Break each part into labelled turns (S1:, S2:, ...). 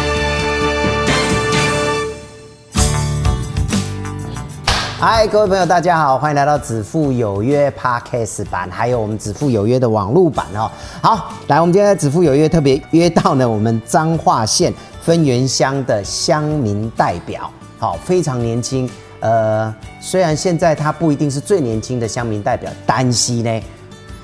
S1: 嗨，各位朋友，大家好，欢迎来到子父有约 Podcast 版，还有我们子父有约的网络版哦。好，来，我们今天在子父有约特别约到呢，我们彰化县分园乡的乡民代表，好，非常年轻。呃，虽然现在他不一定是最年轻的乡民代表，但是呢，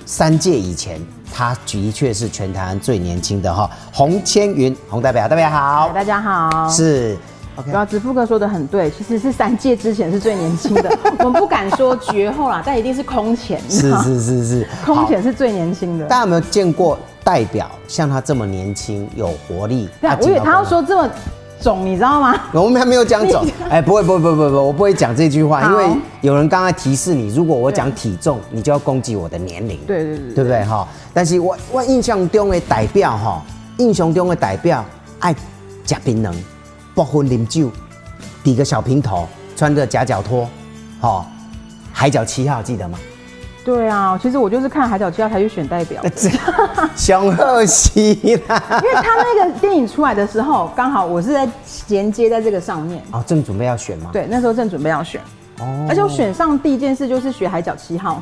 S1: 三届以前他的确是全台湾最年轻的哈、洪千云，洪代表，代表好，
S2: 大家好，
S1: 是 OK
S2: 对啊，子富哥说的很对，其实是三届之前是最年轻的， 我们不敢说绝后啦，但一定是空前，
S1: 是是是 是，
S2: 空
S1: 好
S2: 前是最年轻的。
S1: 大家有没有见过代表像他这么年轻、有活力？
S2: 对啊，我以为他要
S1: 进
S2: 说这么肿，你知道吗？
S1: 到国门，我们还没有讲 走。哎，不会，不会，不会，不会，不会我不会讲这句话，
S2: 好
S1: 因为有人刚才提示你，如果我讲体重，你就要攻击我的年龄，
S2: 对对对
S1: 对不对哈？但是我我印象中的代表哈，印象中的代表爱吃槟榔、不婚饮酒，抵个小平头，穿着夹脚拖，哈，海角七号记得 吗？
S2: 对啊，其实我就是看《海角七号》才去选 代表，
S1: 熊二西啦，
S2: 因为他那个电影出来的时候，刚好我是在衔接在这个上面，
S1: 哦，正准备要选吗？
S2: 对，那时候正准备要选，
S1: 哦
S2: 而且我选上第一件事就是学《海角七号》，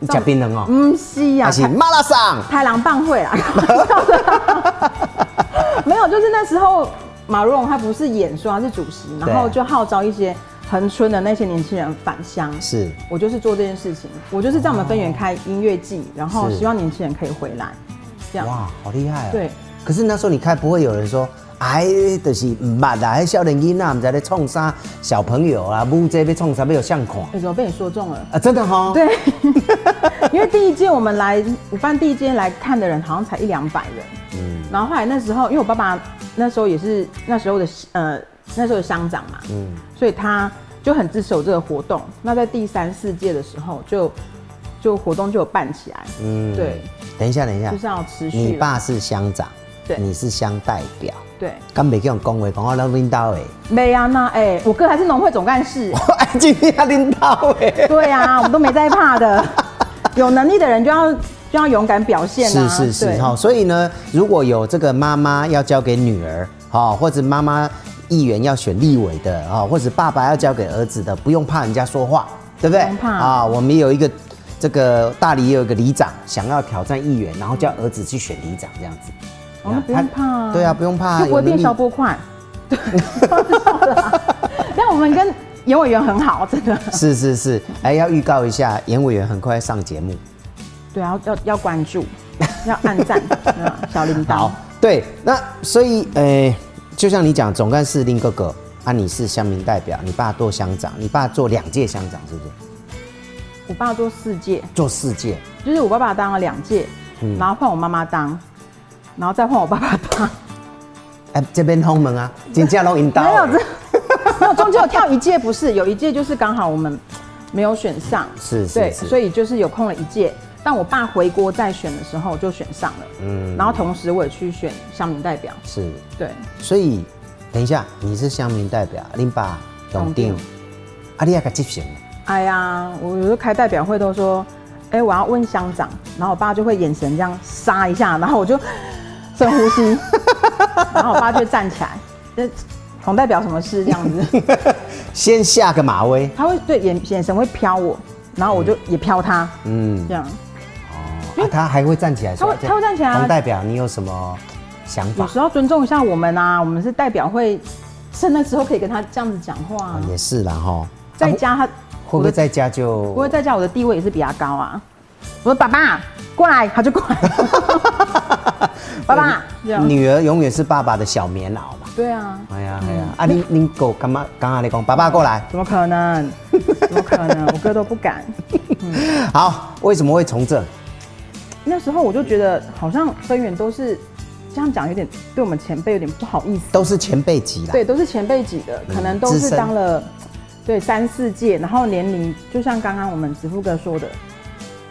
S1: 你吃槟榔哦。
S2: 嗯，是呀、
S1: 还是马拉桑。
S2: 太郎棒会 啦，开玩笑的 没有，就是那时候马蓉他不是演说，他是主席，然后
S1: 对
S2: 就号召一些恒春的那些年轻人返乡。
S1: 是
S2: 我就是做这件事情，我就是在我们分园开音乐季，然后
S1: 是
S2: 希望年轻人可以回来，这样。
S1: 哇，好厉害啊！
S2: 对。
S1: 可是那时候你开不会有人说，哎，就是唔捌啦，迄少年囡仔唔知咧创啥，小朋友啊，母这要创啥，要有相看
S2: 哎、怎么被你说中了？
S1: 啊，真的哈、哦。，
S2: 对， 因为第一届我们来，我办第一届来看的人好像才一两百人，嗯，然后后来那时候，因为我爸爸那时候也是那时候的呃那时候的乡长嘛，嗯，所以他就很支持我这个活动。那在第三四届的时候就，就活动就有办起来，嗯，对，
S1: 等一下，等一下
S2: 就，是要持续了
S1: 你爸是乡长，
S2: 对
S1: 你是乡代表，
S2: 对，
S1: 刚没跟我恭维，讲我拢领导诶，
S2: 没啊，那哎、我哥还是农会总干事，
S1: 哎，今天要领导诶，
S2: 对啊，我们都没在怕的，有能力的人就要就要勇敢表现啊，
S1: 是是
S2: 对
S1: 是，哈、所以呢，如果有这个妈妈要交给女儿，哈、或者妈妈议员要选立委的，哈、或者爸爸要交给儿子的，不用怕人家说话，对不对？
S2: 不用怕
S1: 啊、我们有一个这个大理也有一个里长想要挑战议员，然后叫儿子去选里长这 样子。
S2: 哦那不用怕啊
S1: 他对啊，不用怕啊，
S2: 就不会
S1: 有能
S2: 变
S1: 力
S2: 小波块。对，笑的啊但我们跟游委员很好，真的。
S1: 是是是，哎，要预告一下，严委员很快上节目。
S2: 对啊，要要要关注，要按赞， 嗯小铃铛
S1: 好。，对，那所以，呃，就像你讲，总干事林哥哥啊，你是乡民代表，你爸做乡长，你爸做两届乡长，是不是？
S2: 我爸做四届，
S1: 做四届，
S2: 就是我爸爸当了两届，
S1: 嗯
S2: 然后换我妈妈当，然后再换我爸爸当。
S1: 哎，这边通门啊， 金家龙引导，
S2: 没有这， 没有中间有跳一届，不是有一届就是刚好我们没有选上，
S1: 是是
S2: 对，
S1: 是
S2: 所以就是有空了一届。但我爸回国再选的时候就选上了，嗯，然后同时我也去选乡民代表，
S1: 是，
S2: 对，
S1: 所以等一下，你是乡民代表，你爸总定
S2: 总，
S1: 啊，你也给执行，
S2: 哎呀，我有时候开代表会都说，哎、我要问乡长，然后我爸就会眼神这样杀一下，然后我就深呼吸， 然后我爸就站起来，呃，总代表什么事这样子，
S1: 先下个马威，
S2: 他会对眼眼神会瞟我，然后我就也瞟他，
S1: 嗯，
S2: 这样
S1: 啊他还会站起来说，
S2: 他会他会站起来啊
S1: 洪代表，你有什么想
S2: 有
S1: 法？
S2: 时候尊重一下我们啊，我们是代表会，趁那时候可以跟他这样子讲话、啊
S1: 啊，也是啦哈，
S2: 在
S1: 啊
S2: 家他
S1: 会不
S2: 我的
S1: 会在家就
S2: 不过在家我的地位也是比他高啊。我说爸爸过来，他就过来。爸爸，这样
S1: 女儿永远是爸爸的小棉袄嘛。
S2: 对啊，
S1: 哎呀哎呀，啊你你狗干嘛？刚刚你讲爸爸过来。
S2: 怎么可能？ 怎么可能？我哥都不敢。
S1: 好，为什么会从政？
S2: 那时候我就觉得好像分园都是这样讲，有点对我们前辈有点不好意思。嗯
S1: 都是前辈级啦。
S2: 对，都是前辈级的，可能都
S1: 资
S2: 是
S1: 深
S2: 当了对三四届，然后年龄就像刚刚我们子富哥说的，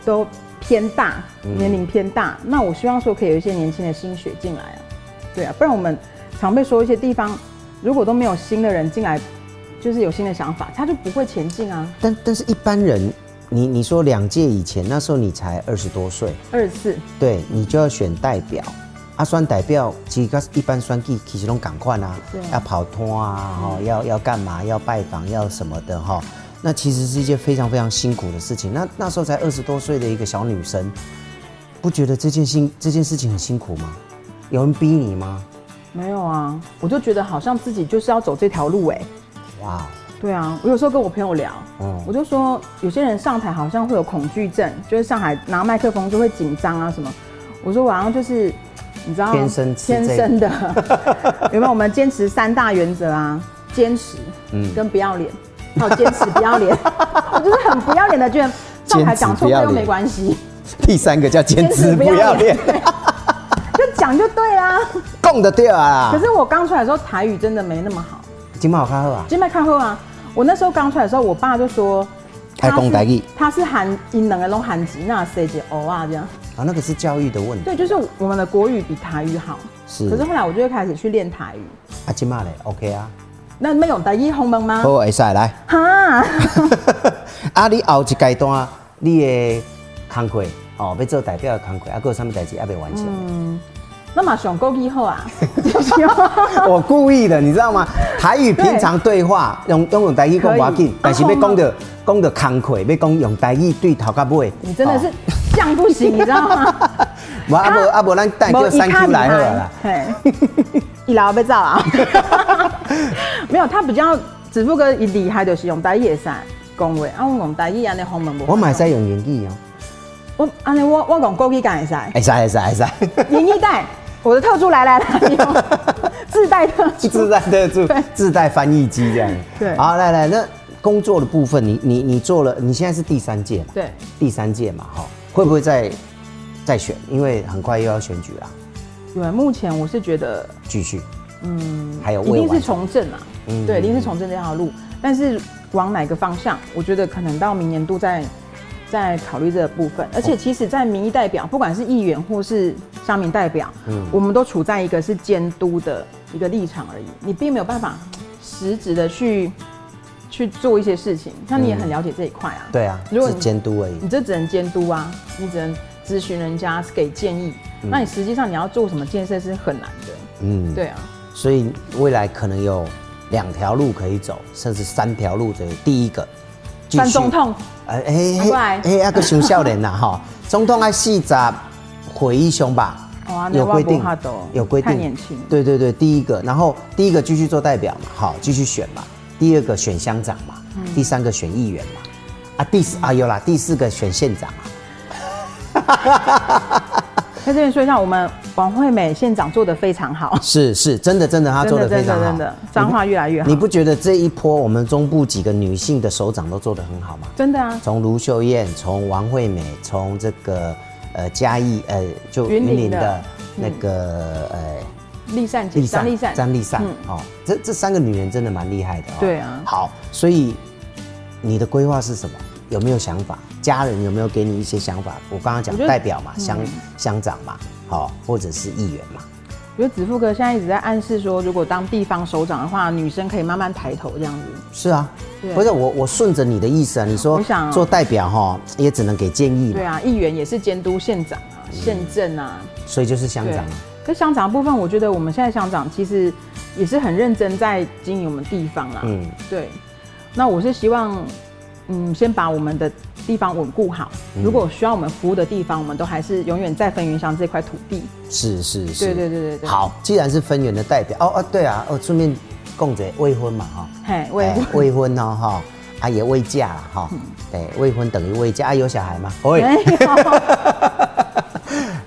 S2: 都偏大，年龄偏大，那我希望说可以有一些年轻的新血进来啊，对啊，不然我们常被说一些地方如果都没有新的人进来，就是有新的想法，他就不会前进啊。
S1: 但但是一般人，你你说两届以前，那时候你才二十多岁，
S2: 二次
S1: 对你就要选代表。啊，选代表其实跟一般选举其实拢赶快啊
S2: 对，
S1: 要跑通啊，吼、要要干嘛，要拜访，要什么的哈、那其实是一件非常非常辛苦的事情。那那时候才二十多岁的一个小女生，不觉得这件辛这件事情很辛苦吗？有人逼你吗？
S2: 没有啊，我就觉得好像自己就是要走这条路哎、
S1: 哇，
S2: 对啊，我有时候跟我朋友聊，
S1: 嗯
S2: 我就说有些人上台好像会有恐惧症，就是上海拿麦克风就会紧张啊什么。我说我好像就是，你知道
S1: 天生是
S2: 天
S1: 这
S2: 生 的，有没有？我们坚持三大原则啊，坚持，嗯，跟不要脸，还有坚持不要 脸，我就是很不要脸的，觉得上台讲错话又没关系，
S1: 第三个叫坚持不要脸，
S2: 就讲就对啦。
S1: 供得掉啊
S2: 可！是我刚出来的时候台语真的没那么好，
S1: 金马好看啊，
S2: 金麦看后啊，我那时候刚出来的时候，我爸就说。
S1: 还
S2: 他是
S1: 讲台语
S2: 他是韩，因两个拢韩籍，那谁姐哦啊这样。
S1: 啊，那个是教育的问题。
S2: 对，就是我们的国语比台语好，
S1: 是
S2: 可是后来我就会开始去练台语。
S1: 啊，金马嘞，OK 啊，
S2: 那没有台语红门吗？
S1: 好，会使来。
S2: 哈，
S1: 啊，你后一阶段你的工课哦，要做代表的工课，啊，还有什么代志还没完成？
S2: 嗯那么上够以后啊，就是哦 要
S1: 我故意的，你知 道吗？台语平常对话用用用台语讲
S2: 可以
S1: 不要紧
S2: 啊，
S1: 但是要
S2: 好吗
S1: 讲到讲到工课，要讲用台语对头到尾。
S2: 你真的是
S1: 哦，
S2: 这样不行，你知道 吗？
S1: 无啊无啊无，咱带叫三 Q 来好啊了啦。
S2: 嘿，一老被 照啊，没有，他比较只不过伊厉害就是用台语会使讲话，啊，我用台语安尼红门不。
S1: 我嘛会使用英语哦，
S2: 我安尼我我讲国语敢会使，
S1: 会使会使会使，
S2: 演艺带，我的特助来来 来，自带特助，
S1: 自带的助
S2: 对
S1: 自带翻译机这样。
S2: 对
S1: 好来来，那工作的部分，你你你做了，你现在是第三届嘛？
S2: 对。
S1: 第三届嘛，哈，会不会再再选？因为很快又要选举啦，
S2: 对，目前我是觉得
S1: 继续，嗯，还有
S2: 一
S1: 未
S2: 定
S1: 完嗯
S2: 是从政啊，对，一定是从政这条路，但是往哪个方向，我觉得可能到明年度再再考虑这个部分。而且，其实，在民意代表，不管是议员或是乡民代表，
S1: 嗯
S2: 我们都处在一个是监督的一个立场而已，你并没有办法实质的去去做一些事情。那你也很了解这一块啊，
S1: 嗯对啊，
S2: 如果
S1: 是
S2: 你
S1: 监督而已。
S2: 你这只能监督啊，你只能咨询人家给建议，那你实际上你要做什么建设是很难的，
S1: 嗯，
S2: 对啊。
S1: 所以未来可能有两条路可以走，甚至三条路走。第一个，继续
S2: 反总统，
S1: 哎哎
S2: 反过来
S1: 哎，那个熊笑脸呐哈，总统爱四十回忆熊吧
S2: 哦啊。那
S1: 有
S2: 我
S1: 规
S2: 没
S1: 定
S2: 办法哦，
S1: 有规定，
S2: 太年轻
S1: 对对对，第一个，然后第一个继续做代表嘛，好，继续选嘛。第二个选乡长嘛，
S2: 嗯
S1: 第三个选议员嘛，啊，第四啊有啦，第四个选县长啊嘛。
S2: 在这边说一下，我们王惠美县长做的非常好，
S1: 是是，真的真的，她做的非常好。
S2: 真的脏话越来越好
S1: 你，不觉得这一波我们中部几个女性的首长都做得很好吗？
S2: 真的啊，
S1: 从卢秀燕，从王惠美，从这个呃嘉义呃就
S2: 云
S1: 云
S2: 林的
S1: 林的那个、呃
S2: 立善姐，张立善，
S1: 张丽善
S2: 嗯
S1: 哦，这这三个女人真的蛮厉害的哦。
S2: 对啊
S1: 好，所以你的规划是什么？有没有想法？家人有没有给你一些想法？我刚刚讲
S2: 我觉得嗯
S1: 代表嘛，乡乡长嘛，好、或者是议员嘛，
S2: 我觉得子富哥现在一直在暗示说，如果当地方首长的话，女生可以慢慢抬头这样子，
S1: 是啊
S2: 对，
S1: 不是我我顺着你的意思啊，你说
S2: 我想啊
S1: 做代表哈，也只能给建议
S2: 对
S1: 嘛，
S2: 啊，议员也是监督县长啊、
S1: 嗯
S2: 县政啊，
S1: 所以就是乡
S2: 对
S1: 长。
S2: 可乡长的部分，我觉得我们现在乡长其实也是很认真在经营我们地方啦。
S1: 嗯
S2: 嗯，对。那我是希望，嗯，先把我们的地方稳固好。
S1: 嗯
S2: 如果需要我们服务的地方，我们都还是永远在分云乡这块土地。
S1: 是是是，
S2: 对对对对对
S1: 好，既然是分园的代表，哦哦，对啊，哦，顺便供着未婚嘛哈，
S2: 嘿，为、
S1: 哎未婚哦哈，啊也未嫁啦哈，
S2: 嗯
S1: 对，未婚等于未嫁，啊有小孩吗？喂，
S2: 没有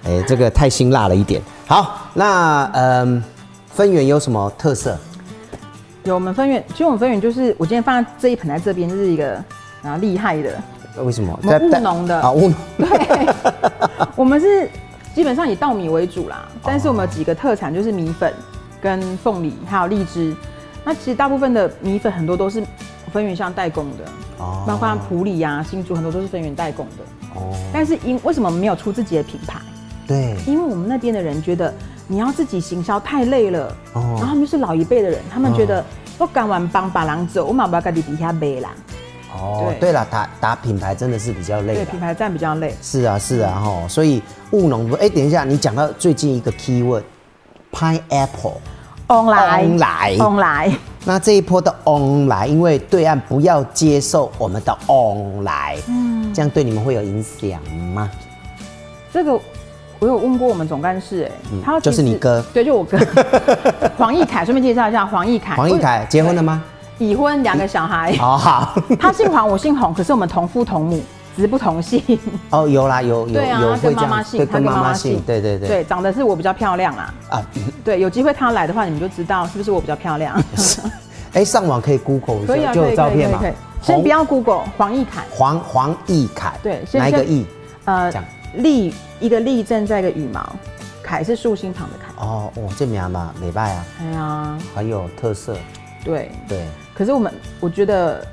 S1: 哎，这个太辛辣了一点。好，那嗯，分园有什么特色？
S2: 有我们分园，其实我们分园就是我今天放在这一盆在这边，就是一个啊厉害 的。
S1: 为什么？
S2: 我们务农的
S1: 啊，务农
S2: 对，我们是基本上以稻米为主啦，但是我们有几个特产就是米粉、跟凤梨还有荔枝。那其实大部分的米粉很多都是分园项代工的，
S1: 哦
S2: 包括普里啊、新竹很多都是分园代工的。
S1: 哦，
S2: 但是因为什么没有出自己的品牌？
S1: 对，
S2: 因为我们那边的人觉得你要自己行销太累了，
S1: 哦
S2: 然后他们就是老一辈的人，他们觉得我干完帮把狼走，我马不要跟你底下背啦。
S1: 哦，
S2: 对
S1: 对了，打打品牌真的是比较累
S2: 对，
S1: 的
S2: 品。牌站比较累。
S1: 是啊，是啊，哈，所以务农不，哎，等一下，你讲到最近一个 keyword，pineapple，
S2: online
S1: Online
S2: online
S1: 那这一波的 on 来，因为对岸不要接受我们的 on 来，嗯，这样对你们会有影响吗？
S2: 这个我有问过我们总干事，哎、他其
S1: 嗯就
S2: 实
S1: 是你哥
S2: 对，就我 哥黄义凯，顺便介绍一下黄义凯。
S1: 黄义凯结婚了吗？
S2: 对已婚，两个小孩，
S1: 哦，好，
S2: 他姓黄，我姓洪，可是我们同父同母，只是不同姓。
S1: 哦，有啦，有有
S2: 对啊，
S1: 有
S2: 他
S1: 会
S2: 跟
S1: 这
S2: 妈妈
S1: 样，
S2: 姓，他
S1: 跟
S2: 跟
S1: 妈
S2: 妈
S1: 妈
S2: 妈
S1: 姓
S2: 姓，，
S1: 对对对，
S2: 对，长得是我比较漂亮啊。
S1: 啊，
S2: 对，有机会他来的话，你们就知道是不是我比较 漂亮。
S1: 哎，上网可以 Google 一
S2: 可以啊，
S1: 下，
S2: 可
S1: 就有
S2: 以，可以，
S1: 照
S2: 可以
S1: 片嘛
S2: 可以。先
S1: 红
S2: 不要 Google 黄义凯，
S1: 黄黄义凯，
S2: 对先
S1: 哪一个
S2: 先
S1: 义？
S2: 呃
S1: 这样，
S2: 立一个立正在一个羽毛，凯是竖心旁的凯。
S1: 哦，哦，这名嘛，美拜啊，
S2: 哎呀，
S1: 很有特色，
S2: 对。
S1: 对，
S2: 可是我们我觉得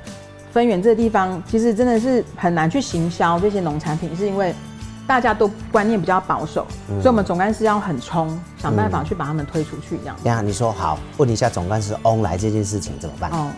S2: 分园这个地方其实真的是很难去行销这些农产品，是因为大家都观念比较保守，
S1: 嗯
S2: 所以我们总干事要很冲，想办法去把他们推出去这样。
S1: 等一下你说好，问一下总干事 on 来这件事情怎么办？
S2: 哦，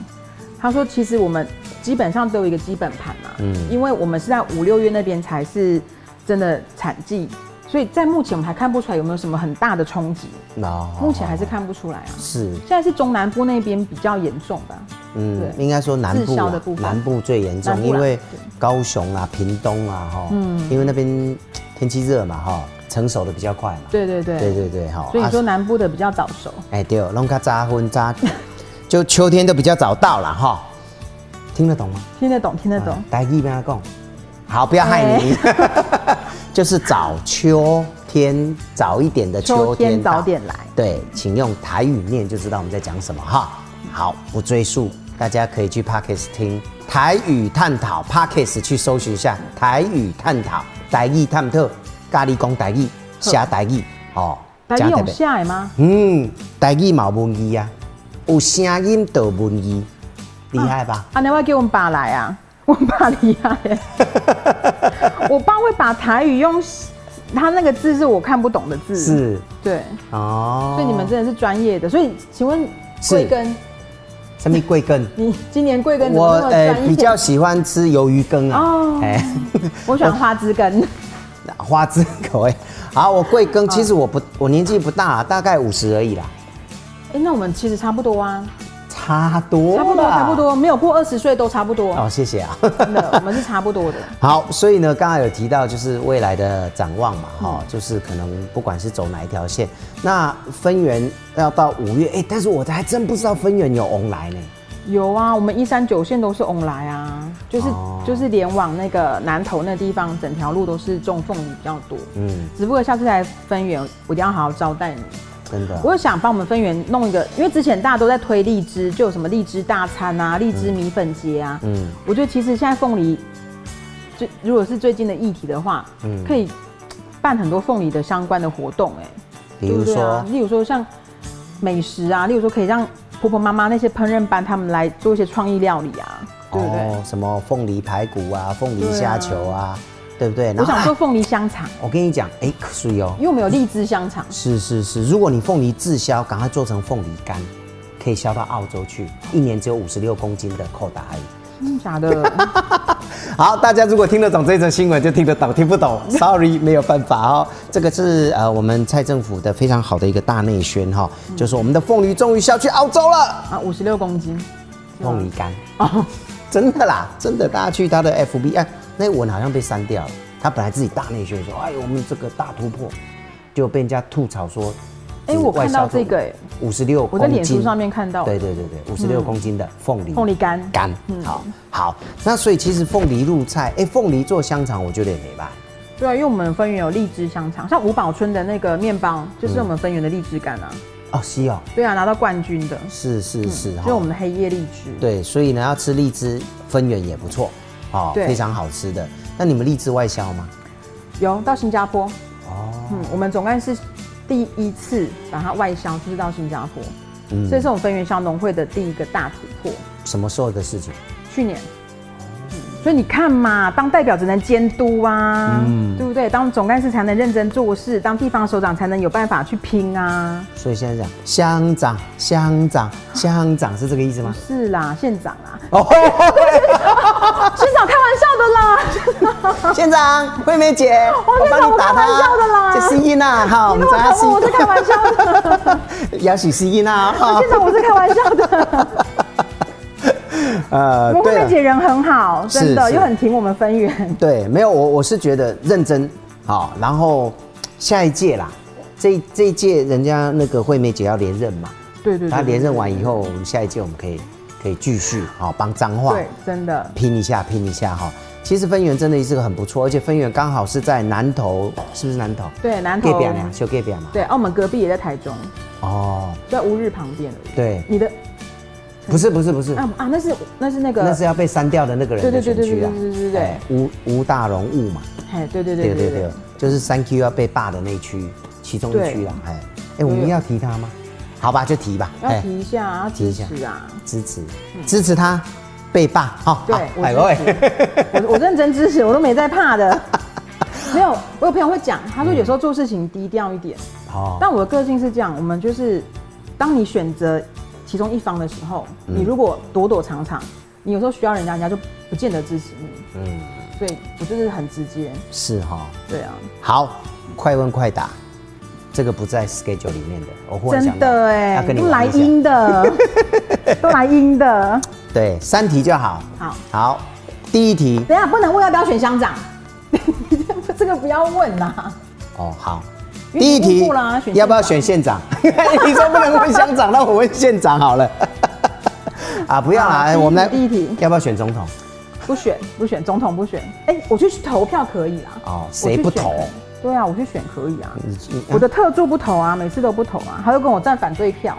S2: 他说其实我们基本上都有一个基本盘嘛，嗯，因为我们是在五六月那边才是真的产季，所以在目前我们还看不出来有没有什么很大的冲击，
S1: 那
S2: 目前还是看不出来啊。
S1: 哦是
S2: 现在是中南部那边比较严重吧？
S1: 嗯，
S2: 对
S1: 应该说南部
S2: 滞销
S1: 啦
S2: 的部，分
S1: 南部最严重，
S2: 南部
S1: 因
S2: 啦
S1: 为
S2: 对嗯
S1: 高雄啊、屏东啊，哈，因为那边天气热嘛，哈，成熟的比较快嘛，
S2: 对对对。
S1: 对对对，哈，
S2: 所以你
S1: 啊
S2: 说南部的比较早熟，
S1: 哎、对哦，弄个扎婚扎， 就秋天都比较早到了哈，听得懂吗？啊
S2: 听得懂，听得懂。
S1: 来一边讲，好，不要害你，
S2: 哎
S1: 就是早秋天早一点的秋
S2: 秋
S1: 天
S2: 天
S1: 到
S2: 早点来，
S1: 对，请用台语念就知道我们在讲什么哈。好，不赘述，大家可以去 Pockets 听台语探讨 Pockets 去搜寻一下台语探讨台语探讨咖喱公台语写台语哦，
S2: 台
S1: 真
S2: 语
S1: 特
S2: 有
S1: 别
S2: 下来吗？
S1: 嗯，台语嘛有文字啊，有声音就有文字，厉害吧？
S2: 啊，那外给我们爸来啊， 我爸厉害 耶，我爸会把台语用，他那个字是我看不懂的字，
S1: 是
S2: 对，
S1: 哦，
S2: 所以你们真的是专业的。所以，请问
S1: 是
S2: 贵庚？
S1: 什么贵 庚？
S2: 你今年贵庚怎
S1: 我
S2: 么那么
S1: 呃
S2: 专业？
S1: 比较喜欢吃鱿鱼羹啊
S2: 哦，
S1: 哎、
S2: 我喜欢花枝 羹，
S1: 花枝口味。好，我贵
S2: 啊
S1: 庚，其实我不我年纪不大，大概五十而已啦，
S2: 哎，那我们其实差不多啊，
S1: 差多
S2: 差不多，
S1: 啦
S2: 差不。多，没有过二十岁都差不多，
S1: 哦，谢谢啊。
S2: 真的，我 们是差不多的。
S1: 好，所以呢，刚刚有提到就是未来的展望嘛，哈、
S2: 嗯
S1: 就是可能不管是走哪一条线，那分园要到五月，哎、但是我还真不知道分园有红来呢。
S2: 有啊，我们一三九线都是翁来啊，就是、
S1: 哦
S2: 就是连往那个南头那地方，整条路都是种凤梨比较多。
S1: 嗯，
S2: 只不过下次来分园，我一定要好好招待你。
S1: 真的。啊
S2: 我有想帮我们分园弄一个，因为之前大家都在推荔枝，就有什么荔枝大餐啊、荔枝米粉节啊。
S1: 嗯
S2: 嗯，我觉得其实现在凤梨，最如果是最近的议题的话，
S1: 嗯
S2: 可以办很多凤梨的相关的活动、哎，
S1: 比如
S2: 对不对
S1: 说
S2: 啊，例如说像美食啊，例如说可以让婆婆妈妈那些烹饪班他们来做一些创意料理啊，对不对？
S1: 哦，什么凤梨排骨啊，凤梨
S2: 对啊
S1: 虾球啊，对不对？然
S2: 我想
S1: 啊
S2: 做凤梨香肠，
S1: 我跟你讲，哎、可以哦
S2: 因。为我们有荔枝香 肠，
S1: 是是是，如果你凤梨滞销，赶快做成凤梨干，可以销到澳洲去，一年只有五十六公斤的扣打而已。
S2: 真的假的？
S1: 好，大家如果听得懂这则新闻，就听得懂；听不懂，sorry，没有办法哦。这个是呃我们蔡政府的非常好的一个大内宣哈、就是我们的凤梨终于销去澳洲了，
S2: 啊，五十六公斤，
S1: 凤梨干
S2: 哦，
S1: 真的啦，真的，大家去他的 FB，哎，那文好像被删掉了。他本来自己大内宣说，哎，我们这个大突破，就被人家吐槽说，
S2: 哎我看到这个哎
S1: 五十六，56
S2: 我在
S1: 公
S2: 脸
S1: 斤
S2: 书上面看到嗯
S1: 对对对对，五十六公斤的凤梨，
S2: 凤梨干嗯
S1: 干，好好，那所以其实凤梨入菜，哎，凤梨做香肠，我觉得也没办法。
S2: 对啊，因为我们分园有荔枝香肠，像五宝村的那个面包，就是我们分园的荔枝干啊，
S1: 哦，西哦，
S2: 对啊，拿到冠军的，
S1: 是是是，
S2: 就
S1: 哈
S2: 是嗯我们的黑夜荔枝，，
S1: 对，所以呢，要吃荔枝分园也不错，哦，
S2: 对
S1: 非常好吃的。那你们荔枝外销吗？
S2: 有到新加坡，
S1: 哦，
S2: 嗯，我们总干事第一次把它外销，
S1: 嗯
S2: 就是到新加坡，这是我们分园销农会的第一个大突破。
S1: 什么时候的事情？
S2: 去年。所以你看嘛，当代表只能监督啊，
S1: 嗯
S2: 对不对？当总干事才能认真做事，当地方首长才能有办法去拼啊。
S1: 所以现在讲乡长、乡长、乡长是这个意思 吗？
S2: 是啦，县长啊，
S1: 哦，
S2: 县长开玩笑的啦。
S1: 县长、惠梅姐，我帮你打
S2: 我开玩笑的
S1: 他，
S2: 啦
S1: 这是伊娜啊哈，我
S2: 你
S1: 们
S2: 那
S1: 抓
S2: 么讨
S1: 是
S2: 厌 我，我是开玩笑 的。
S1: 要许是伊娜哈
S2: 县。长，我是开玩笑
S1: 啊
S2: 的。
S1: 呃
S2: 我们惠
S1: 对
S2: 美
S1: 了
S2: 姐人很好，真
S1: 是
S2: 的
S1: 是
S2: 又很挺我们分园。
S1: 对，没有我我是觉得认真好，然后下一届啦，这这一届人家那个惠梅姐要连任嘛，
S2: 对对对，
S1: 她连任完以后，我们下一届我们可以可以继续好帮彰化
S2: 对，真的
S1: 拼一下拼一下哈。其实分园真的是个很不错，而且分园刚好是在南投，是不是南投？
S2: 对南
S1: 隔
S2: 投
S1: 壁啊，小隔壁嘛。
S2: 对，澳门隔壁也在台中，
S1: 哦，
S2: 在乌日旁边而已。
S1: 对，
S2: 你的
S1: 不是不是不是，
S2: 啊啊，那是那是那个，
S1: 那是要被删掉的那个人的
S2: 对对
S1: 选
S2: 对
S1: 区啊，
S2: 对对对对对
S1: 哎吴吴大荣雾嘛。
S2: 哎，对对对
S1: 对对
S2: 对对
S1: 对，就是三 Q 要被霸的那一区，其中一区啦。哎，哎，我们要提他吗？好吧，就提吧。哎
S2: 要提一下，要支持啊！
S1: 支持支持他被霸哈。
S2: 对
S1: 好
S2: 我
S1: 哎喂，
S2: 我我认真支持，我都没在 怕的。没有，我有朋友会讲，他说
S1: 嗯
S2: 有时候做事情低调一点。
S1: 好，
S2: 但我的个性是这样，我们就是，当你选择其中一方的时候，你
S1: 嗯
S2: 如果躲躲藏藏，你有时候需要人家，人家就不见得支持你。
S1: 嗯，
S2: 所以我就是很直接，
S1: 是哈。
S2: 对啊，
S1: 好，快问快答，这个不在 schedule 里面的，我忽然
S2: 真
S1: 想到
S2: 的
S1: 要
S2: 哎，
S1: 跟你
S2: 都来
S1: 玩一下
S2: 阴 的，都来阴的。
S1: 对，三题就好。
S2: 好，
S1: 好，第一题
S2: 等一下不能问要不要选乡 长，这个不要问啊啦。
S1: 哦，好。
S2: 因为
S1: 第一
S2: 你
S1: 题
S2: 公布啦选县长
S1: 要不要选县长？ 你说不能问乡长，那我问县长好 了。啊，不要啦，
S2: 好
S1: 我们来
S2: 第一题
S1: 要不要选总统？
S2: 不选，不选，总统不选。哎、我去投票可以啦。啊
S1: 哦
S2: 我去
S1: 谁不投
S2: 选？对啊，我去选可以啊。
S1: 你
S2: 我的特助不投啊，每次都不投啊，他就跟我站反对票，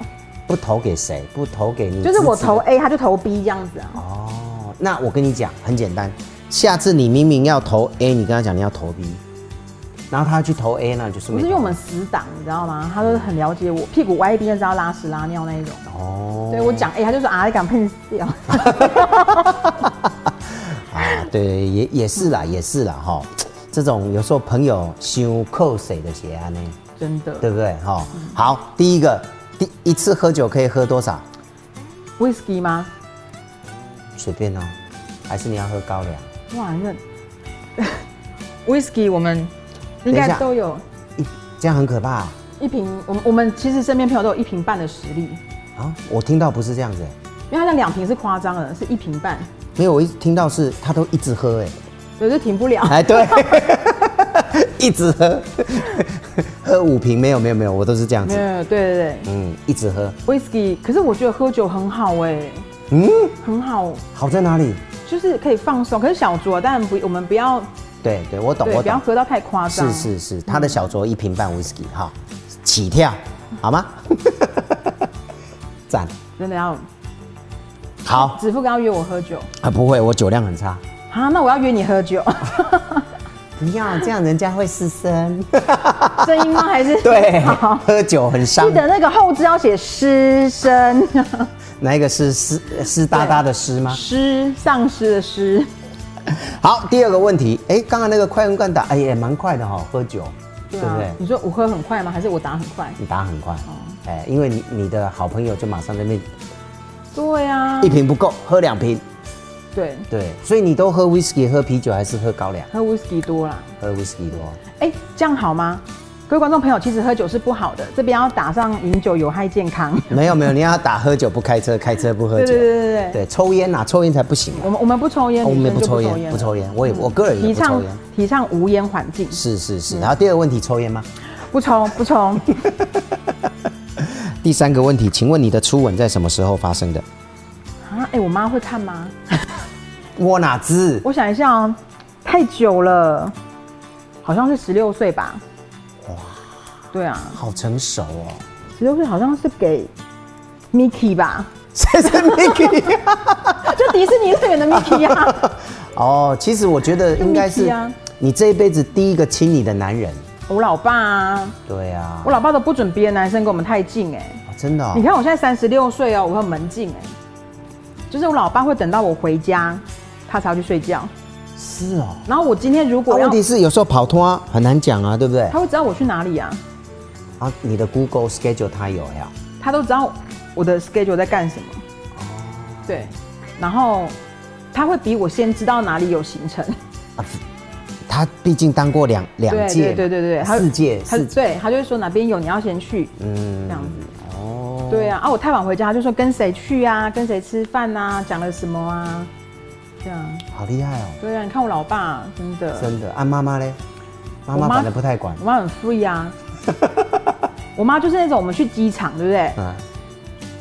S1: 不投给谁？不投给你？
S2: 就是我投。A，他就投 B 这样子啊。
S1: 哦，那我跟你讲，很简单，下次你明明要投 A，你跟他讲你要投 B，然后他去投 A，那你就是
S2: 不
S1: 没
S2: 是
S1: 投。
S2: 因为我们死党，你知道吗？他都很了解我，屁股歪一边就知道拉屎拉尿那一种。
S1: 哦，
S2: 所以我讲 A，他就说啊，你敢碰掉？
S1: 啊，对，也也是
S2: 嗯
S1: 啦，也是啦哈。这种有时候朋友修扣谁的鞋啊呢？
S2: 真的
S1: 对不对？哈、
S2: 嗯
S1: 好，第一个，第一次喝酒可以喝多少？
S2: ，Whisky 吗？
S1: 随便哦，还是你要喝高粱？
S2: 哇，那 Whisky 我们应该
S1: 等一下
S2: 都有
S1: 一这样很可怕啊
S2: 一瓶，我们我们其实身边朋友都有一瓶半的实力。
S1: 啊我听到不是这样子欸，
S2: 因为它那两瓶是夸张的，是一瓶半，
S1: 没有，我一听到是他都一直喝 哎，
S2: 所以就停不了。
S1: 哎对， 一直喝， 喝五瓶没有没有没有，我都是这样
S2: 没
S1: 子，
S2: 有，对对对
S1: 嗯，一直喝，
S2: ，whisky。可是我觉得喝酒很好哎、
S1: 嗯，
S2: 很好，
S1: 好在哪里？
S2: 就是可以放松。可是小酌啊，当然不，我们不要
S1: 对对，我懂
S2: 对，
S1: 我
S2: 不要
S1: 懂，
S2: 喝到太夸
S1: 是
S2: 张。
S1: 嗯是是，他的小酌一瓶半 whisky 哈，起跳，好吗？ 赞，
S2: 真的要。
S1: 好
S2: 子富刚要约我喝酒
S1: 啊，不会，我酒量很差。
S2: 啊，那我要约你喝 酒，
S1: 不要这样，人家会失声。
S2: 声音吗？还 是
S1: 对
S2: 好，，
S1: 喝酒很伤
S2: 记。得那个后置要写师 生，
S1: 哪一个是湿湿哒哒的湿吗？
S2: 师丧尸的师，
S1: 好，第二个问题，哎，刚刚那个快问快答，哎也蛮快的哈、喝酒，对啊不对？
S2: 啊你说我喝很快吗？还是我打很快？
S1: 你答很快，哎，因为你你的好朋友就马上在那边
S2: 对啊
S1: 一，瓶不够，喝两瓶，
S2: 对，
S1: 对，所以你都喝 whisky、喝啤酒还是喝高粱？
S2: 喝 whisky 多啦。
S1: 喝 whisky 多，
S2: 哎，这样好吗？各位观众朋友，其实喝酒是不好的，这边要打上饮酒有害健康。
S1: 没有没有，你要打喝酒不开车，开车不喝
S2: 对
S1: 酒，
S2: 对对对对对，
S1: 对抽烟呐、抽烟才不行啊、
S2: 我们我们不抽烟，
S1: 哦我们
S2: 女生
S1: 不
S2: 就
S1: 抽烟，不抽烟，我也我个人也
S2: 提
S1: 不抽
S2: 倡嗯
S1: 烟，
S2: 提倡无烟环境，
S1: 是是是。然后第二个问题，抽烟吗？
S2: 不抽啊 不抽。
S1: 第三个问题，请问你的初吻在什么时候发生的？
S2: 啊，哎，我妈会看吗？
S1: 我哪知？
S2: 我想一下哦，太久了，好像是十六岁吧。哇，对啊，
S1: 好成熟哦，
S2: 十六岁好像是给 Mickey 吧，
S1: 谁是 Mickey？
S2: 就迪士尼乐园的 Mickey 啊。
S1: 哦，其实我觉得应该
S2: 是
S1: 是
S2: Mickey 啊
S1: 你这一辈子第一个亲你的男人。
S2: 我老爸啊，
S1: 对啊，
S2: 我老爸都不准别的男生跟我们太近哎、
S1: 真的、哦，
S2: 你看我现在三十六岁哦，我很门禁哎、欸就是我老爸会等到我回家，他才要去睡觉。
S1: 是哦。
S2: 然后我今天如
S1: 那
S2: 果要
S1: 问，题是有时候跑脱啊很难讲啊，对不对
S2: 他？会知道我去哪里啊，
S1: 啊，你的 Google Schedule 它有呀。
S2: 他都知道我的 schedule 在干什么。
S1: 哦
S2: 对，然后他会比我先知道哪里有行程。
S1: 他毕竟当过两两
S2: 对
S1: 届
S2: 对
S1: 嘛，
S2: 对对对，他
S1: 四届，
S2: 他
S1: 四届，
S2: 对他就会说哪边有你要先去，
S1: 嗯
S2: 这样子。
S1: 哦，
S2: 对啊，啊，我太晚回家，他就说跟谁去啊，跟谁吃饭啊，讲了什么啊，这样。
S1: 好厉害哦，
S2: 对啊，你看我老爸真的，
S1: 真的。啊，妈妈嘞，妈
S2: 我
S1: 妈反正不太管
S2: 我，妈很 free 啊。 我妈就是那种我们去机场，对不对？
S1: 啊，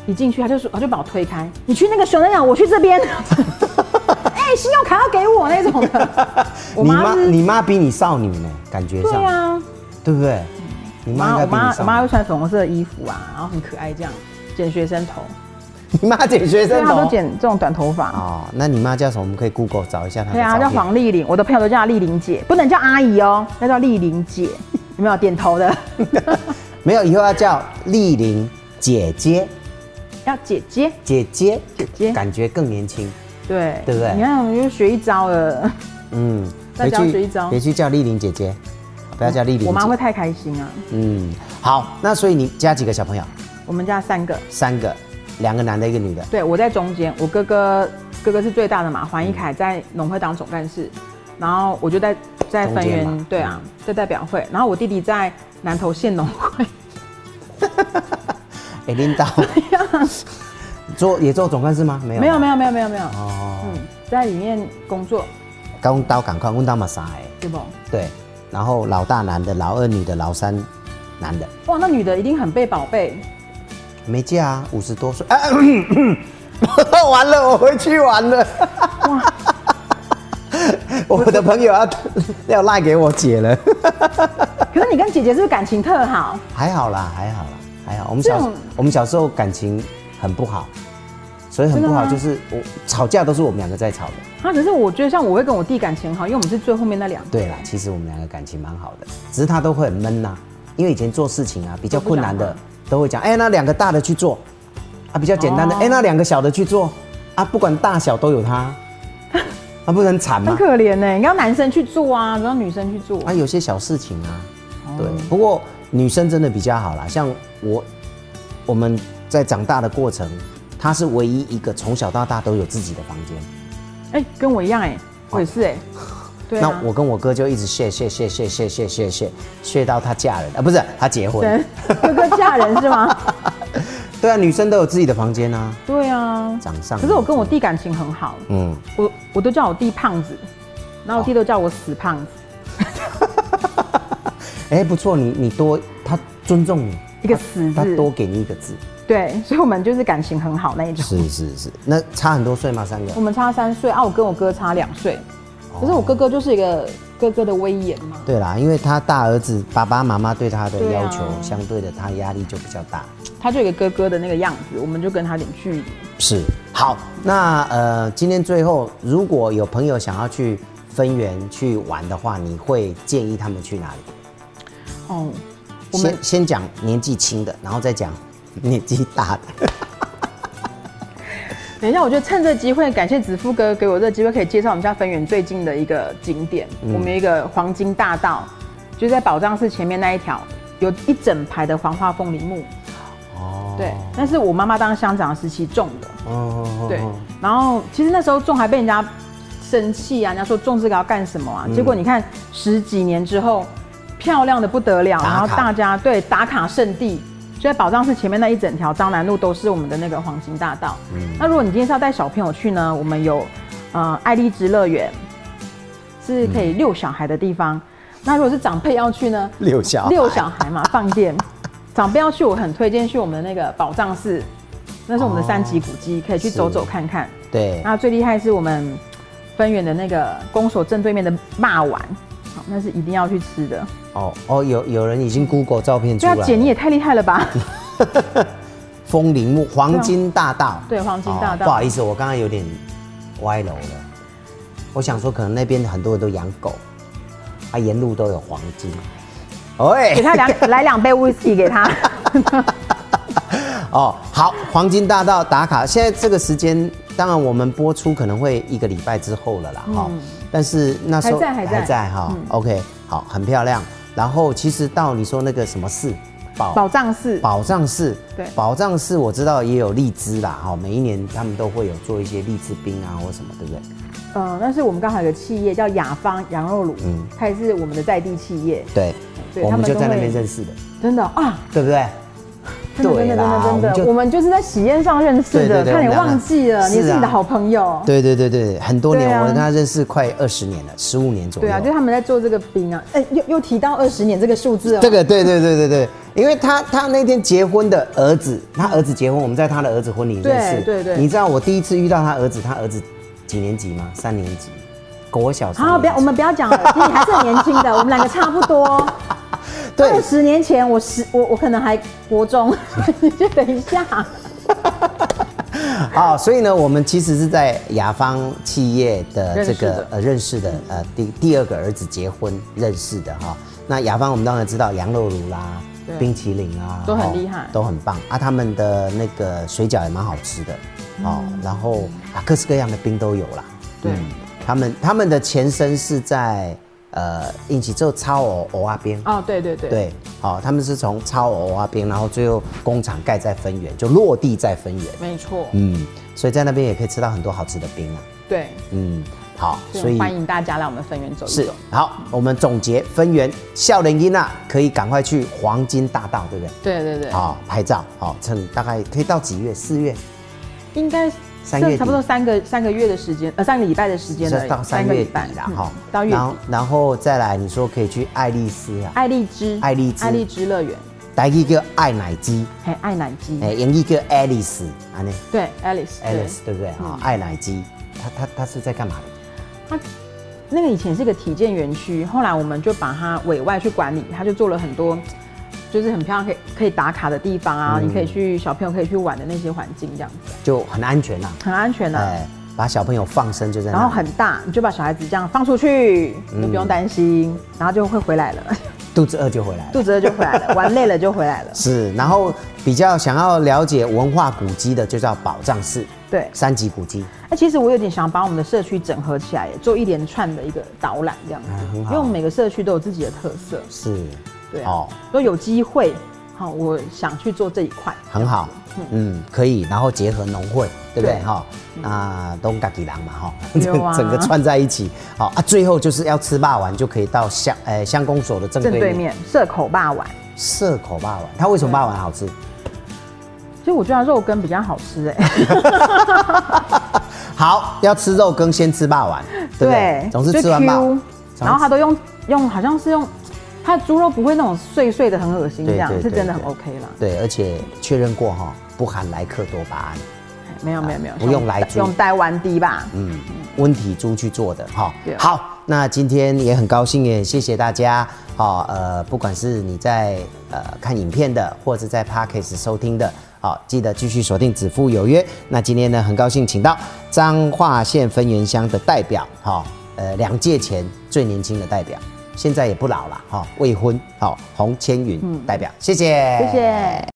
S2: 一进去她就说，她就把我推开，你去那个熊人养，我去这边。 哎、信用卡要给我那种的。我
S1: 你妈
S2: 妈是，
S1: 你妈比你少女呢，感觉
S2: 对
S1: 上，
S2: 啊，
S1: 对不对？你
S2: 我
S1: 妈应
S2: 妈
S1: 该
S2: 我
S1: 比你
S2: 妈
S1: 少
S2: 我妈会
S1: 女，
S2: 穿粉红色的衣服啊，然后很可爱这样，剪学生头，
S1: 你妈剪学
S2: 对
S1: 生
S2: 啊，她都
S1: 头。
S2: 剪这种短头发。
S1: 哦，那你妈叫什么？我们可以 Google 找一下她的
S2: 对
S1: 照
S2: 啊，
S1: 片。
S2: 叫黄丽玲，我的朋友都叫她丽玲姐，不能叫阿姨哦，要叫丽玲姐。有没有点头的？
S1: 没有，以后要叫丽玲姐姐，
S2: 要姐姐，
S1: 姐姐，姐
S2: 姐
S1: 感觉更年轻。
S2: 对
S1: 对不对
S2: 你看，我又学一招了。
S1: 嗯，
S2: 大家要学一招
S1: 回去叫丽玲姐姐，不要叫丽玲姐。
S2: 我妈会太开心啊！
S1: 嗯，好，那所以你家几个小朋友？
S2: 我们家三个，
S1: 三个，两个男的，一个女的。
S2: 对我在中间，我哥哥哥哥是最大的嘛，黄一凯
S1: 嗯
S2: 在农会当总干事，然后我就在在分
S1: 中间嘛嗯
S2: 院，对啊，在代表会，然后我弟弟在南投县农会，
S1: 哎、领 导，做也做总干事吗？没有，
S2: 没有没有没有没有没有，
S1: 哦，
S2: 嗯，在里面工作，
S1: 刚刀赶快问到嘛啥哎，
S2: 对不？
S1: 对，然后老大男的，老二女的，老三男的，
S2: 哇，那女的一定很被宝贝，
S1: 没嫁啊，五十多岁，啊、 咳咳咳完了，我回去玩了。 我的朋友要要赖给我姐了，
S2: 可是你跟姐姐是不是感情特好？
S1: 还好啦，还好啦，还好。我们小
S2: 这种
S1: 我们小时候感情很不好，所以很不好，
S2: 真的吗
S1: 就是我吵架都是我们两个在吵的。
S2: 啊，可是我觉得像我会跟我弟感情好，因为我们是最后面那两个，
S1: 对啦，其实我们两个感情蛮好的，只是他都会很闷呐、因为以前做事情啊比较困难的
S2: 都不讲
S1: 都会讲，哎、那两个大的去做，啊比较简单的，
S2: 哦
S1: 哎、那两个小的去做，啊不管大小都有他， 啊不是很惨
S2: 很
S1: 吗？
S2: 可怜呢、欸你让男生去做啊，不让女生去做，
S1: 啊有些小事情啊，
S2: 哦
S1: 对，不过女生真的比较好啦，像我，我们在长大的过程，她是唯一一个从小到大都有自己的房间。
S2: 哎、跟我一样哎、我也是哎、对啊
S1: 哦那，我跟我哥就一直谢谢谢谢谢谢谢谢谢到她嫁人啊，不是她结婚。
S2: 对，哥哥嫁人是吗？
S1: 对啊，女生都有自己的房间啊，
S2: 对啊，
S1: 掌上。
S2: 可是我跟我弟感情很好，
S1: 嗯，
S2: 我我都叫我弟胖子，然后我弟都叫我死胖子，
S1: 哎、不错，你你多他尊重你，
S2: 一个死
S1: 他
S2: 字，
S1: 多给你一个字。
S2: 对， 所以我们就是感情很好那一种。
S1: 是是是， 那差很多岁吗？三个
S2: 我？们差三岁啊，我跟我哥差两岁，
S1: 哦
S2: 可是我哥哥就是一个哥哥的威严嘛，
S1: 对啦，因为他大儿子爸爸妈妈对他的
S2: 对啊
S1: 要求，相对的他压力就比较大。
S2: 他就有一个哥哥的那个样子，我们就跟他有点距离。
S1: 是，好，那呃，今天最后，如果有朋友想要去分园去玩的话，你会建议他们去哪里？
S2: 哦，我们
S1: 先先讲年纪轻的，然后再讲年纪大的。
S2: 等一下，我觉得趁这机会，感谢子富哥给我这个机会，可以介绍我们家分园最近的一个景点。我们有一个黄金大道，就在宝藏寺前面那一条，有一整排的黄花凤梨木。
S1: 哦
S2: 对，那是我妈妈当乡长时期种的。
S1: 哦
S2: 对，然后其实那时候种还被人家生气啊，人家说种这个要干什么啊？
S1: 嗯
S2: 结果你看十几年之后，漂亮的不得了，
S1: 打卡
S2: 然后大家对打卡圣地。所以宝藏寺前面那一整条张南路都是我们的那个黄金大道。
S1: 嗯
S2: 那如果你今天是要带小朋友去呢，我们有呃爱丽之乐园，是可以
S1: 嗯
S2: 遛小孩的地方。那如果是长辈要去呢，
S1: 六小
S2: 遛小孩嘛，放电。长辈要去，我很推荐去我们的那个宝藏寺，那是我们的三级古迹，可以去走走看看。
S1: 哦对，
S2: 那最厉害是我们分园的那个公所正对面的骂丸，好，那是一定要去吃的。
S1: 哦哦，有有人已经 Google 照片出
S2: 对
S1: 来
S2: 啊
S1: 了。，
S2: 姐你也太厉害 了吧！
S1: 枫林木黄金大道。哦
S2: 对黄金大道
S1: 不好意思，我刚刚有点歪楼了。我想说，可能那边很多人都养狗，啊，沿路都有黄金。
S2: 给
S1: 喂，
S2: 他两来两杯 whisky 给他。
S1: 哦，好，黄金大道打卡。现在这个时间当然我们播出可能会一个礼拜之后了啦，哈、但是那时候
S2: 嗯还在还在
S1: 哈、
S2: 嗯
S1: OK，好，很漂亮。然后其实到你说那个什么寺宝
S2: 宝藏寺，
S1: 宝藏寺，
S2: 对
S1: 宝藏寺我知道也有荔枝啦，哈，每一年他们都会有做一些荔枝冰啊或什么，对不对？
S2: 呃，但是我们刚好有个企业叫雅芳羊肉卤，
S1: 嗯
S2: 它也是我们的在地企业，
S1: 对，
S2: 对
S1: 我
S2: 他
S1: 们
S2: 们
S1: 就
S2: 都
S1: 在那边
S2: 会
S1: 认识的，
S2: 真的啊，
S1: 对不对？
S2: 真的真的真
S1: 啦
S2: 的真
S1: 我们
S2: 的，
S1: 就
S2: 我们就是在喜宴上认识
S1: 对对
S2: 的，
S1: 对
S2: 差点
S1: 我们
S2: 忘记了，
S1: 是啊
S2: 你是你的好朋友，
S1: 对对对对，很多年，
S2: 对啊
S1: 我跟他认识快二十年了，十五年左右。
S2: 对啊，就是他们在做这个饼啊，哎，又又提到二十年这个数字哦，
S1: 这个对对对对对，因为他他那天结婚的儿子，他儿子结婚，我们在他的儿子婚礼认识。
S2: 对对对
S1: 你知道我第一次遇到他儿子，他儿子几年级吗？三年级，国小三年
S2: 好，啊不
S1: 级。
S2: 要，我们不要 讲了，你还是很年轻的，我们两个差不多。
S1: 对
S2: 二十年前，我十我我可能还国中， 你就等一下。
S1: 啊、所以呢，我们其实是在雅芳企业的这个呃认识的呃第第二个儿子结婚认识的哈、那雅芳我们当然知道羊肉炉啦
S2: 对、
S1: 冰淇淋啊，
S2: 都很
S1: 哦
S2: 厉害
S1: 都很棒啊。他们的那个水饺也蛮好吃的哦，然后啊各式各样的冰都有啦。
S2: 嗯
S1: 嗯
S2: 对
S1: 他们他们的前身是在呃应起之后超偶偶啊边。
S2: 哦，对对对，
S1: 对，好、他们是从超偶啊边，然后最后工厂盖在分园，就落地在分园。
S2: 没错，
S1: 嗯，所以在那边也可以吃到很多好吃的冰啊。
S2: 对，
S1: 嗯，好，所以
S2: 欢迎大家来我们分园走一
S1: 是
S2: 走。
S1: 好，我们总结分园，笑脸音娜可以赶快去黄金大道，对不对？
S2: 对对对，
S1: 好、拍照，好、趁大概可以到几月？四月，
S2: 应该
S1: 三月底
S2: 剩差不多三个三个月的时间，呃，三个礼拜的时间
S1: 就是
S2: 了，
S1: 到三
S2: 个
S1: 月
S2: 礼
S1: 底
S2: 拜
S1: 啦，
S2: 嗯
S1: 哈、
S2: 到月
S1: 然后
S2: 底。
S1: 然后再来，你说可以去爱丽丝啊，
S2: 爱丽之，
S1: 爱丽之
S2: 爱丽之乐园，
S1: 来一个爱奶鸡，
S2: 还有爱奶鸡，
S1: 哎，演一个 Alice，啊呢
S2: 对，Alice，对嗯
S1: ，Alice 对不对啊、爱奶鸡，它它它是在干嘛的？
S2: 它那个以前是一个体健园区，后来我们就把它委外去管理，它就做了很多，就是很漂亮可以可以打卡的地方
S1: 嗯
S2: 啊，你可以去小朋友可以去玩的那些环境，这样子
S1: 就很安全呐、
S2: 很安全的、啊。
S1: 哎，把小朋友放生就在那
S2: 然
S1: 里，
S2: 后很大，你就把小孩子这样放出去，
S1: 嗯
S2: 你不用担心，然后就会回来了，
S1: 肚子饿就回来了。
S2: 肚子饿就回来 了，玩累了就回来了。
S1: 是，然后比较想要了解文化古迹的，就叫宝藏寺，
S2: 对，
S1: 三级古迹。
S2: 那其实我有点想把我们的社区整合起来，做一连串的一个导览这样子，
S1: 嗯很
S2: 因
S1: 好
S2: 为我们每个社区都有自己的特色，
S1: 是，
S2: 对啊
S1: 哦，，
S2: 都有机会，好，我想去做这一块。
S1: 很好，嗯，可以，然后结合农会，对不对
S2: 对嗯
S1: 哈？那东嘎吉郎嘛哈，
S2: 对啊
S1: 整个串在一起，好啊，最后就是要吃霸王就可以到乡呃乡公所的正
S2: 正
S1: 对
S2: 对
S1: 面
S2: 面社口霸丸，
S1: 社口霸王，它为什么霸王好吃？
S2: 其实我觉得肉羹比较好吃哎、
S1: 好，要吃肉羹先吃霸王， 对不对？总是
S2: 就
S1: 吃完
S2: Q，
S1: 霸王，
S2: 然后它都用用好像是用它的猪肉不会那种碎碎的很恶心这样，
S1: 对对
S2: 是真
S1: 对
S2: 的很
S1: 对
S2: OK 啦。
S1: 对，而且确认过哈，不含莱克多巴胺。
S2: 欸没有没有没有，
S1: 不用来猪
S2: 用台湾滴吧。
S1: 嗯，温体猪去做的哈
S2: 对。
S1: 好，那今天也很高兴，也谢谢大家。好、呃，不管是你在呃看影片的，或者在 Podcast 收听的，好、记得继续锁定子父有约。那今天呢，很高兴请到彰化县分园乡的代表，哈、呃，两届前最年轻的代表，现在也不老了，哈、未婚，好、洪千云代表，谢谢，
S2: 谢谢。